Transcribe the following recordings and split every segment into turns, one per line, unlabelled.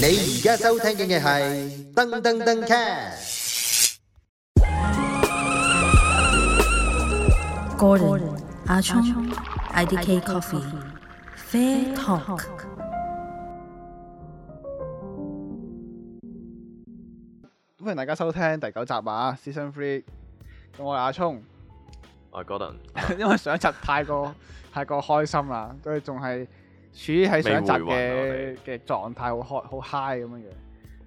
你而家收聽嘅係噔噔噔 cast。
Gordon 阿聰 IDK Coffee Fair Talk。
歡迎大家收聽第九集啊，Season Three。咁我係阿聰，
我係 Gordon，
因為上一集太過 太過開心啦，佢仲係處於喺上一集嘅
未
嘅狀態，好開好 high 咁樣樣。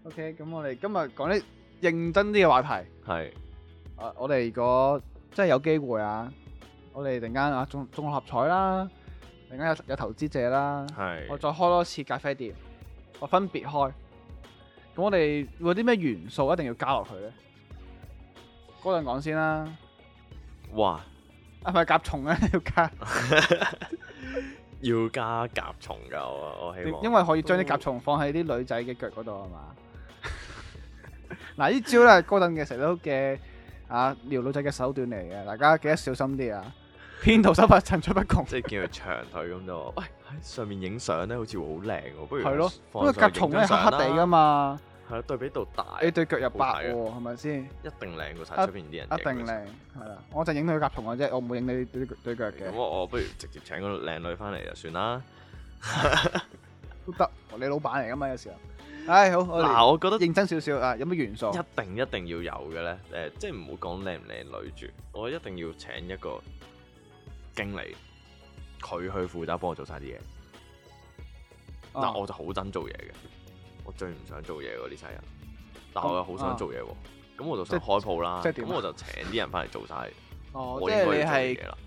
OK，咁我哋今日講啲認真啲嘅話題。
係
啊，我哋如果真係有機會啊，我哋突然間啊中中六合彩啦，突然間有有投資者啦，我
係
再開多次咖啡店，我分別開。咁我哋會有啲咩元素一定要加落去咧？嗰陣講先啦，
哇，
啊 咪甲蟲咧要加，
要加甲蟲㗎，我我希望，
因為可以將啲甲蟲放喺啲女仔嘅腳嗰度係嘛？嗱，呢招咧嗰陣嘅成日都嘅啊撩女仔嘅手段嚟嘅，大家記得小心啲啊！騙徒手法層出不窮，
即係見佢長腿 咁就話，喂喺上面影相咧，好似會好靚 喎，不如
係咯，因
放
為
上去
甲蟲咧
影張
黑
相
黑
啦
地噶，嘛，
係咯，對比度大，
你對腳又白
好睇
喎，
啊嘅
係咪先？
一定靚過晒出邊啲人影
一
嘅相，
定靚，係啦，我就影佢甲蟲嘅啫，我唔會影你對對腳嘅
咁，我我不如直接請個靚女翻嚟就算啦。
都得。你老闆嚟噶嘛，有時候。唉，好，我
嗱，
哋
我覺得
認真少少啊，有咩元素？
一定一定要有嘅咧，誒，即係唔好講靚唔靚女住，我一定要請一個經理，佢去負責幫我做晒啲嘢。
啊
但我就好憎做嘢嘅，我最唔想做嘢嗰啲世人。但我又好想做嘢喎，咁我就想開鋪啦。
哦啊即係點
咁
啊
我就請啲人翻嚟做晒
哦，
我
即
應該
係你
要做嘅
係
嘢啦。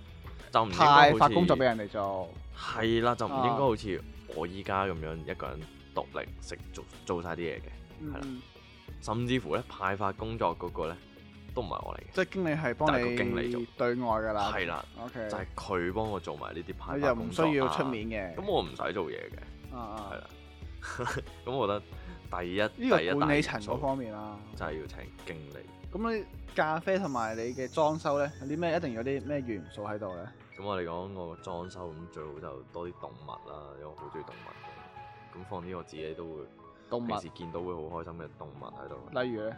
就唔應該
派發
好似
工作俾人哋做。
係啦，就唔應該
啊
好似我依家咁樣一個人獨力食做做曬啲嘢嘅，
嗯
係啦甚至乎咧派發工作嗰個咧都唔係我嚟嘅，
即係經理係幫
但係個經理
你
做
對外㗎啦。
係啦，
OK，
就係佢幫我做埋呢啲派
你
發
就
工
唔
作
需要
啊
出。面嘅
咁。我唔使做嘢嘅，
啊啊
係啦。咁我覺得第一
呢個
第一大
管理
元
層
素
嗰方面啦。
就係要請經理。
咁你咖啡同埋你嘅裝修咧，有啲咩一定有啲咩元素喺度咧？
咁我哋講我個裝修咁最好就多啲動物啦，因為我好中意動物嘅。咁放啲我自己都會
動
平
物，
時見到會好開心嘅動物喺度，
例如咧，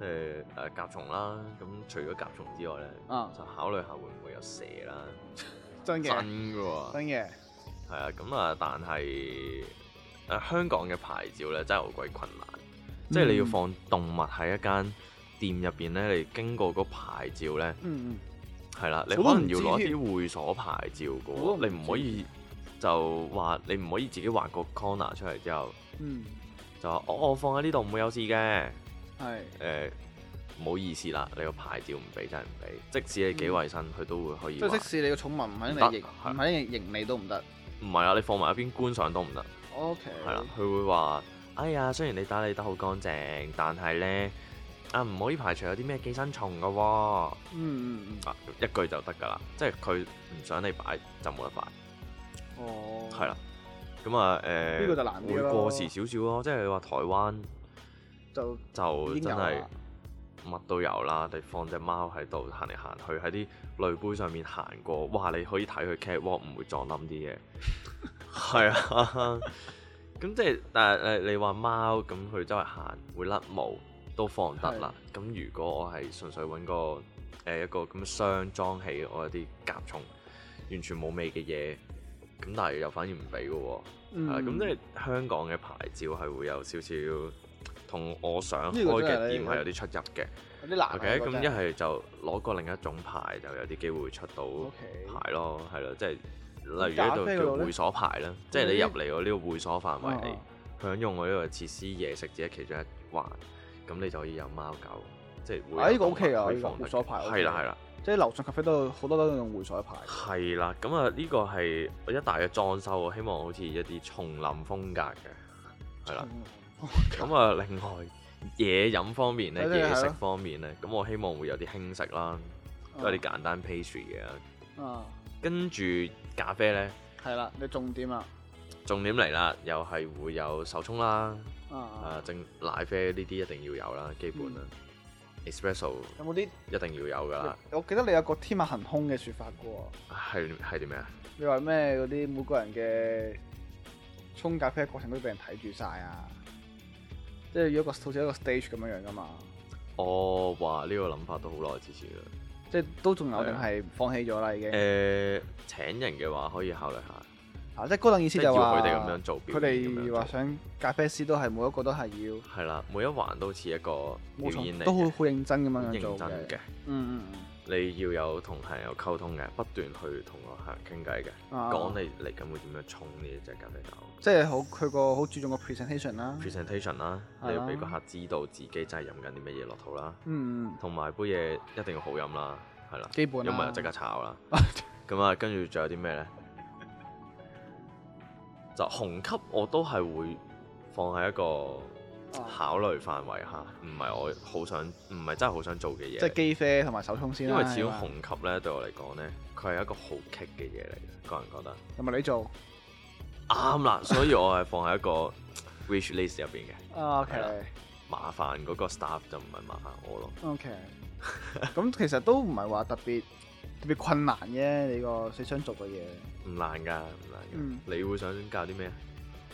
即係誒甲蟲啦。咁除咗甲蟲之外咧，
啊，
就考慮下會唔會有蛇啦。
真
真
嘅，
嘅喎，
真嘅，
係啊。咁啊，但係誒香港嘅牌照咧真係好鬼困難，
嗯
即係你要放動物喺一間店入邊咧，你經過個牌照咧。
嗯嗯。
係啦，你
我
可
都唔
能要
知
攞
添
啲會所牌照嘅
我都
喎，
唔
你唔可以就話你唔可以自己畫個 corner 出嚟之後
嗯，
就話哦我我放喺呢度唔會有事嘅，
係
誒唔好意思啦，你個牌照唔俾真係唔俾，即使你幾衞生，佢都會可以
嗯即
話
係即使你個寵物唔肯
唔
你
得
盈
係
唔肯你盈利都唔得。
唔係啊，你放埋一邊觀賞都唔得，
O K，
係啦，佢會話哎呀，雖然你打理得好乾淨，但係咧啊唔可以排除有啲咩寄生蟲嘅喎。
嗯嗯
啊一句就得㗎啦，即係佢唔想你擺就冇得擺。
嗯，哦，
係啦，，咁啊誒，
呢個就難啲
會
咯
過時少少咯，即係你話台灣
就
就
已經
真
有啦
係乜都有啦，你放只貓喺度行嚟行去，喺啲濾杯上面行過，哇！你可以睇佢 catwalk 唔會撞冧啲 嘢，係啊，咁即係但係誒，你話貓咁佢周圍行會甩毛都放得啦，咁如果我係純粹揾個誒、一個咁嘅箱裝起我有啲甲蟲完全冇味嘅嘢，咁但係又反而唔俾嘅喎。係啦
嗯
啊咁即係香港嘅牌照係會有少少同我想
呢
開
個真係
嘅
你
店係有啲出入嘅。
有啲難啊。
OK，
我覺
咁
得
一係就攞過另一種牌，就有啲機會出到
OK
牌咯，係咯，即係例
咖
如
啡
呢
嗰
度
度
叫
呢
會所牌啦，即係你入嚟我呢個會所範
啊
圍，你享用我呢個設施嘢食只係其中一環，咁你就可以有貓狗，即係會有
啊呢個
動物
OK 啊
可以
呢個
放得
會所
嘅
牌
係啦
OK
係啦。
即係樓上咖啡都好多都用會所牌。
係啦，咁啊呢個係我一大嘅裝修，我希望好似一啲叢林風格嘅，係啦。
嗯
咁啊，另外嘢飲方面咧，
係咯啊
嘢
係
食
咯
方面咧，咁我希望會有啲輕食啦，都係啲簡單 pastry 嘅。
啊啊，
跟住咖啡咧，
係啦，你重點啦，
重點嚟啦，又係會有手沖啦，
啊
啊
啊，
正奶啡呢啲一定要有啦，基本啦，espresso
嗯有冇啲？
一定要有噶啦，
我記得你有個天馬行空嘅説法嘅喎。
係係啲咩啊？
你話咩嗰啲每個人嘅沖咖啡過程都俾人睇住晒啊？即係如果個好似一個 stage 咁樣樣噶嘛，
哦，哇！呢個諗法都好耐之前啦。
即係都仲有定
係啊
係放棄咗啦已經。
誒、請人嘅話可以考慮下，
啊，即係高等意思
即係
就
要
話
佢哋咁樣做表
佢
演咁樣
哋
做
話想咖啡師都係每一個都係要
係啦，每一環都似一個
冇
表演
錯，
嚟
都好
嘅，
好認真咁樣樣
認
做
真嘅
嘅。。嗯嗯
你要有同朋友溝通嘅，不斷去同個客人傾偈嘅，
嗯，啊
講你嚟緊會點樣衝呢只咖啡豆。
即係好佢個好注重個 presentation 啦。
presentation 啦，
嗯係啊
你要俾個客知道自己真係飲緊啲乜嘢落肚啦，
嗯嗯，
同埋杯嘢一定要好飲啦，係啦，
基本
因為
啦
就。即刻 炒啦。咁啊，跟住仲有啲咩呢？就紅級我都係會放喺一個
啊
考慮範圍下，唔係我好想，唔係真係好想做嘅嘢。
即係機啡同埋手沖先
因
啦。
為始
係
終
嘛
紅級呢對我嚟講呢，佢係一個好棘嘅嘢嚟嘅，個人覺得
同埋你做。
啱啦，所以我係放喺一個 wish list 入邊嘅。
啊
係啦
OK
麻煩嗰個 staff 就唔係麻煩我咯。
OK，咁其實都唔係話特別特別困難啫，你個你想做嘅嘢。
唔難㗎，唔難㗎。
嗯
你會想教啲咩啊？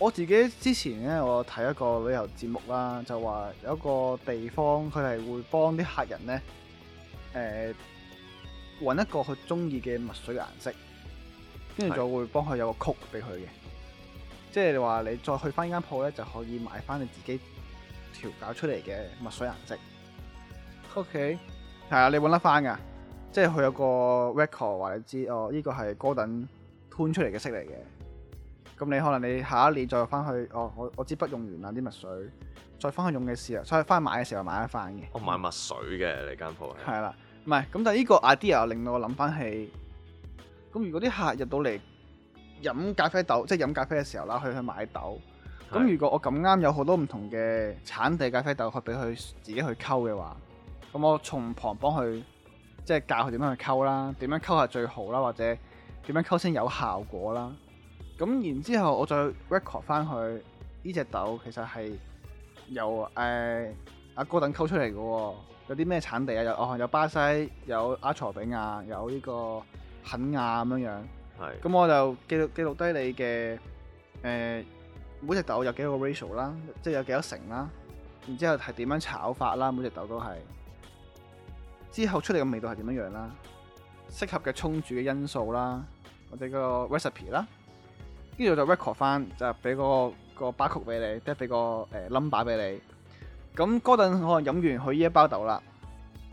我自己之前咧，我睇一個旅遊節目啦，就話有一個地方佢係會幫啲客人咧，誒、揾呃一個佢中意嘅墨水嘅顏色，跟住
係
就會幫佢有個曲俾佢嘅，即係話你再去翻間鋪咧，就可以買翻你自己調校出嚟嘅墨水顏色。OK，係啊，你揾得翻㗎，即係佢有個 record 話你知，哦，呢、個係哥頓吞出嚟嘅色嚟嘅。咁你可能你下一年再翻去，哦，我我支筆用完啦啲墨水，再翻去用嘅時候，再翻去買嘅時候買得翻嘅。
我買墨水嘅你間鋪係。
係啦，唔係咁，但係呢個 idea 令到我諗翻起，咁如果啲客入到嚟飲咖啡豆，即係飲咖啡嘅時候啦，去去買豆。咁
係
如果我咁啱有好多唔同嘅產地咖啡豆，去俾佢自己去溝嘅話，咁我從旁幫佢即係教佢點樣去溝啦，點樣溝係最好啦，或者點樣溝先有效果啦。咁然之後我再 record 翻佢呢只豆其實係由誒阿哥等溝出嚟嘅喎，有啲咩產地啊？有哦有巴西，有阿塞比亞，有呢個肯亞啊咁樣樣。
係
咁我就記錄記錄低你嘅誒、呃每隻豆有幾多個 ratio 啦，即係有幾多成啦，然之後係點樣炒法啦，每隻豆都係之後出嚟嘅味道係點樣樣啦，適合嘅沖煮嘅因素啦，或者個 recipe 啦，跟住我就 record 翻就俾個個 barcode 俾你，即係俾個誒 number 俾你。咁嗰陣可能飲完佢呢一包豆啦，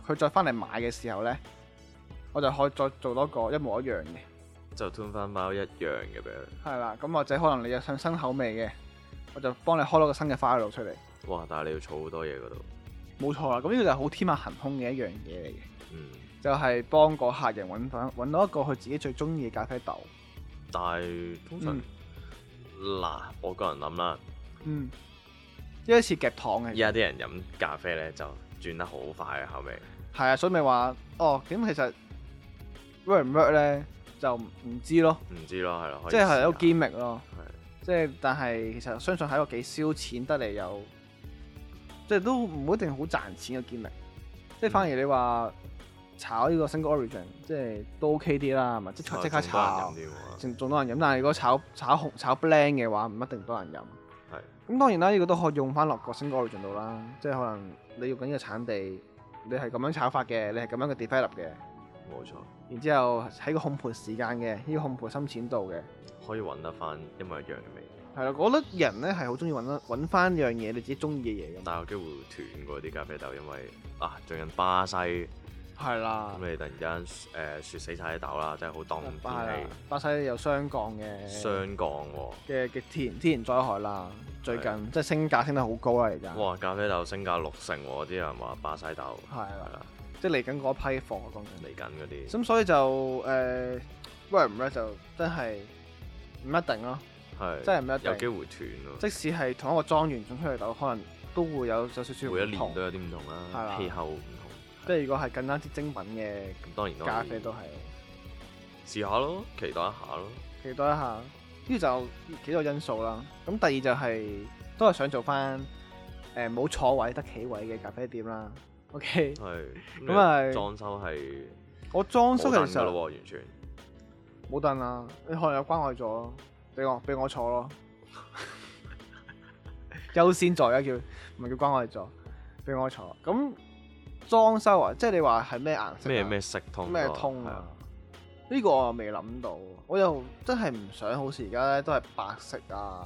佢再翻嚟買嘅時候咧，我就可以再做多個一模一樣嘅。
就吞翻包一樣嘅俾佢。
係啦，咁或者可能你有想新口味嘅，我就幫你開咗個新嘅花路出嚟。
哇！但係你要儲好多嘢嗰度。
冇錯啦，咁呢個就係好天馬行空嘅一樣嘢嚟嘅，
嗯，
就係、幫個客人揾翻揾到一個佢自己最中意嘅咖啡豆。
但係通常
嗯
嗱，我個人諗啦，
嗯，一開始夾糖嘅
依，家啲人飲咖啡咧就轉得好快啊，後尾
係啊，所以咪話哦，咁其實 work 唔 work 咧就唔知咯，
唔知咯，係咯，
即係有
有
g i m 咯，
係
即係但係其實相信係一個幾燒錢得嚟又，即係都唔一定好賺錢嘅 g i m 即係
嗯
反而你話炒呢個 single origin，即係都 OK 啲啦，係咪？即刻即刻炒
仲，多人飲啲喎
仲仲多人飲，但係如果炒炒紅炒 blend 嘅話，唔一定多人飲。
係
咁當然啦，呢、個都可以用翻落個 single origin 度啦，即係可能你用緊呢個產地，你係咁樣炒法嘅，你係咁樣嘅 develop 嘅，
冇錯，
然之後喺個烘焙時間嘅，呢、個烘焙深淺度嘅。
可以揾得翻一模一樣嘅味，
係啦，我覺得人咧係好中意揾啦，揾翻樣嘢你自己中意嘅嘢噶嘛。
但係有機會斷過啲咖啡豆，因為啊最近巴西。
啊係啦
咁你突然間誒、呃雪死晒啲豆啦，真係好凍
巴西
天
巴西有雙降嘅
氣，霜降喎、
嘅嘅天然天然災害啦，最近即係升價升得好高啦，而家係
啊哇！咖啡豆升價六成喎、啲人話巴西豆係
啦，
啦，
即係嚟緊嗰批貨啊講緊。
嚟緊嗰啲
咁所以就誒 work 唔 work 就真係唔一定咯，
係
真係唔一
有機
定。
會斷咯，
即使係同一個莊園種出嚟豆，可能都會有有少少
每一
唔
年
同
都。有啲唔同
係
啦，
啦
氣候唔
即
同，
係如果係更加之精品嘅
咁當然都
咖啡都係
試下咯，期待一下咯，
期待一下。呢就幾個因素啦。咁第二就係、都係想做翻誒冇坐位得企位嘅咖啡店啦。OK，
係
咁咪
你裝修係
我裝修
冇
其
得
實
㗎咯喎，完全
冇凳啦， 你可能有關愛咗咯，俾我俾我坐咯。優先座而家叫唔係叫關愛座，俾我坐。咁裝修啊，即係你話係咩顏色啊？
咩咩色通
咩
咯
通
係
啊？呢個我未諗到，我又真係唔想好似而家咧都係白色啊、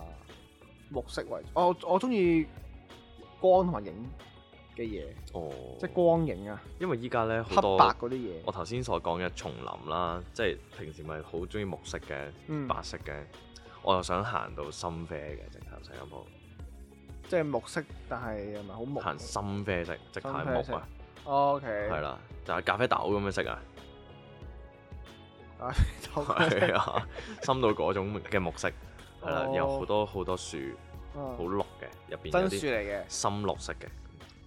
綠色為主。我我中意光同埋影嘅嘢，
哦，
即係光影啊、
因為依家咧
黑
好
白
多
嗰啲嘢。
我頭先所講嘅叢林啦，即係平時咪好中意木色嘅、
嗯
白色嘅，我又想行到深啡嘅，直頭新加坡
即係木色，但係係咪好木？
行深啡色，即太
深啡
木
色
啊，
O K，
係啦，就係咖啡豆咁嘅色啊，
啦，
係啊，深到嗰種嘅木色，係啦，
哦
有好多好多樹，好
嗯
綠嘅，入邊有
真樹
啲
嚟嘅，
深綠色嘅，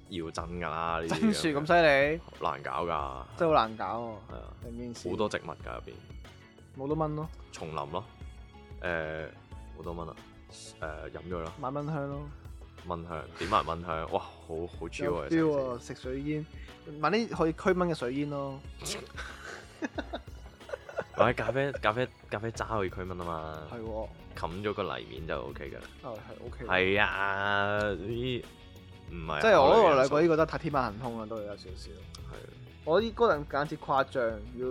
要真㗎啦，呢啲
真樹咁
樣
犀利，
難搞㗎，
真係好難搞喎，
係啊，
成件事
好多植物㗎入邊。
冇得蚊咯，
叢林咯，誒、好多蚊啊，誒、飲咗啦，
買蚊香咯，
蚊香點埋蚊香，哇好好超
有 feel
啊！成件
啊！食水煙，買啲可以驅蚊嘅水煙咯，
事或者咖啡咖啡咖啡渣可以驅蚊啊嘛，
係喎，
冚咗個泥面就 O K 噶啦。
啊係 O K，
係啊，呢唔係啊
即係我嗰
考慮
個
因
女
素
鬼覺得太天馬行空啊啦，都有少少。我依嗰陣簡直誇張，要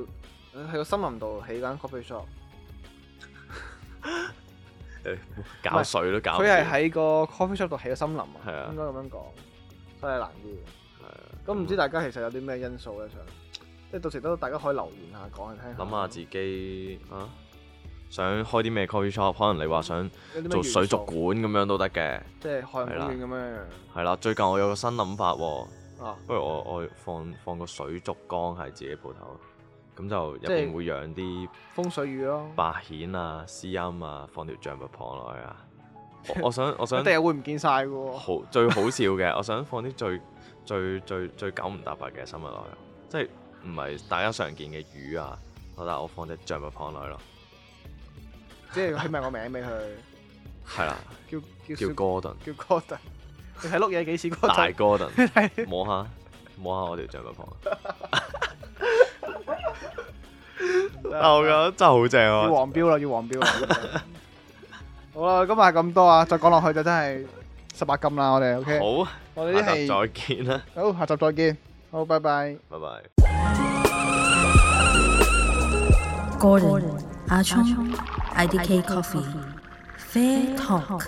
呃喺個森林度起間 coffee shop。
係誒搞水都搞唔
佢
掂
係喺個 coffee shop 度起個森林啊，
係啊
應該咁樣講，所以係難啲嘅。
係啊
咁唔知大家其實有啲咩因素咧？想即係到時都大家可以留言下講嚟聽下。
諗下自己啊，想開啲咩 coffee shop，可能你話想
有啲咩
做
元素
水族館咁樣都得嘅，
即係海洋公園咁
係啦。最近我有個新諗法喎。
樣啊，
不如我我放放個水族缸喺自己鋪頭，咁就入
即係
邊會養啲
風水魚咯。
白蜆啊、絲鵪啊，放條象拔蚌落去啊。我 我想我
一
想
定係會唔見晒嘅 喎，
好最好笑嘅，我想放啲最最最最九唔搭八嘅生物落去，啊即係唔係大家常見嘅魚啊，但係我放隻象拔蚌落去咯，
即係起埋個名俾佢，
係啦，
叫叫
叫
小
Gordon
叫 Gordon。你睇碌嘢幾似
大
Gordon？
Gordon
係
摸下摸下我條象拔蚌，
啊
但我覺得真係好正
要
啊！
黃標啦，要黃標啦。好啦，今日係咁多啊，再講落去就真係十八禁啦，我哋 OK。
好，
我哋呢
下
係
集再見啦，
好，下集再見。好，拜拜。
拜拜。
Gordon, Ah Chong, IDK Coffee, Fair Talk.